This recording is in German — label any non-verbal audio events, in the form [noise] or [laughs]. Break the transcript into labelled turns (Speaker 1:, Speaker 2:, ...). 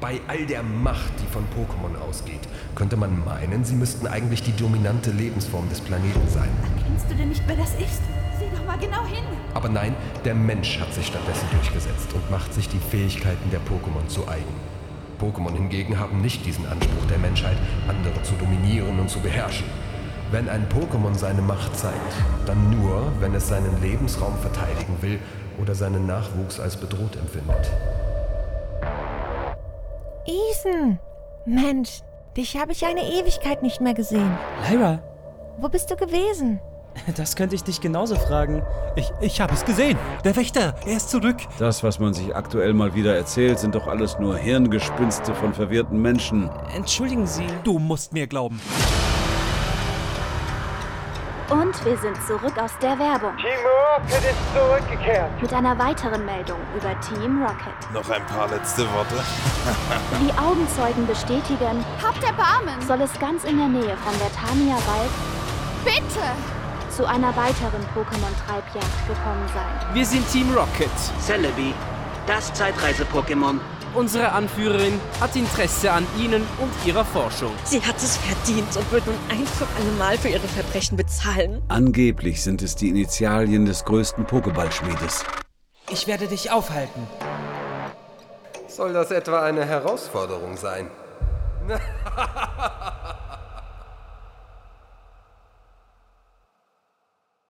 Speaker 1: Bei all der Macht, die von Pokémon ausgeht, könnte man meinen, sie müssten eigentlich die dominante Lebensform des Planeten sein.
Speaker 2: Erkennst du denn nicht, wer das ist? Sieh doch mal genau hin.
Speaker 1: Aber nein, der Mensch hat sich stattdessen durchgesetzt und macht sich die Fähigkeiten der Pokémon zu eigen. Pokémon hingegen haben nicht diesen Anspruch der Menschheit, andere zu dominieren und zu beherrschen. Wenn ein Pokémon seine Macht zeigt, dann nur, wenn es seinen Lebensraum verteidigen will oder seinen Nachwuchs als bedroht empfindet.
Speaker 3: Isen! Mensch, dich habe ich eine Ewigkeit nicht mehr gesehen.
Speaker 4: Lyra,
Speaker 3: Wo bist du gewesen?
Speaker 4: das könnte ich dich genauso fragen.
Speaker 5: Ich, ich habe es gesehen. Der Wächter, er ist zurück.
Speaker 6: Das, was man sich aktuell mal wieder erzählt, sind doch alles nur Hirngespinste von verwirrten Menschen.
Speaker 4: Entschuldigen Sie.
Speaker 5: Du musst mir glauben.
Speaker 7: Und wir sind zurück aus der Werbung
Speaker 8: Team Rocket ist zurückgekehrt.
Speaker 7: mit einer weiteren Meldung über Team Rocket.
Speaker 9: Noch ein paar letzte Worte. [laughs]
Speaker 7: Wie Augenzeugen bestätigen,
Speaker 2: Habt Erbarmen!
Speaker 7: soll es ganz in der Nähe von der Tamiya-Wald
Speaker 2: Bitte!
Speaker 7: zu einer weiteren Pokémon-Treibjagd gekommen sein.
Speaker 4: Wir sind Team Rocket.
Speaker 10: Celebi, das Zeitreise-Pokémon.
Speaker 4: Unsere Anführerin hat Interesse an Ihnen und Ihrer Forschung.
Speaker 11: Sie hat es verdient und wird nun ein für alle Mal für ihre Verbrechen bezahlen.
Speaker 6: Angeblich sind es die Initialien des größten Pokéballschmiedes.
Speaker 4: Ich werde dich aufhalten.
Speaker 1: Soll das etwa eine Herausforderung sein?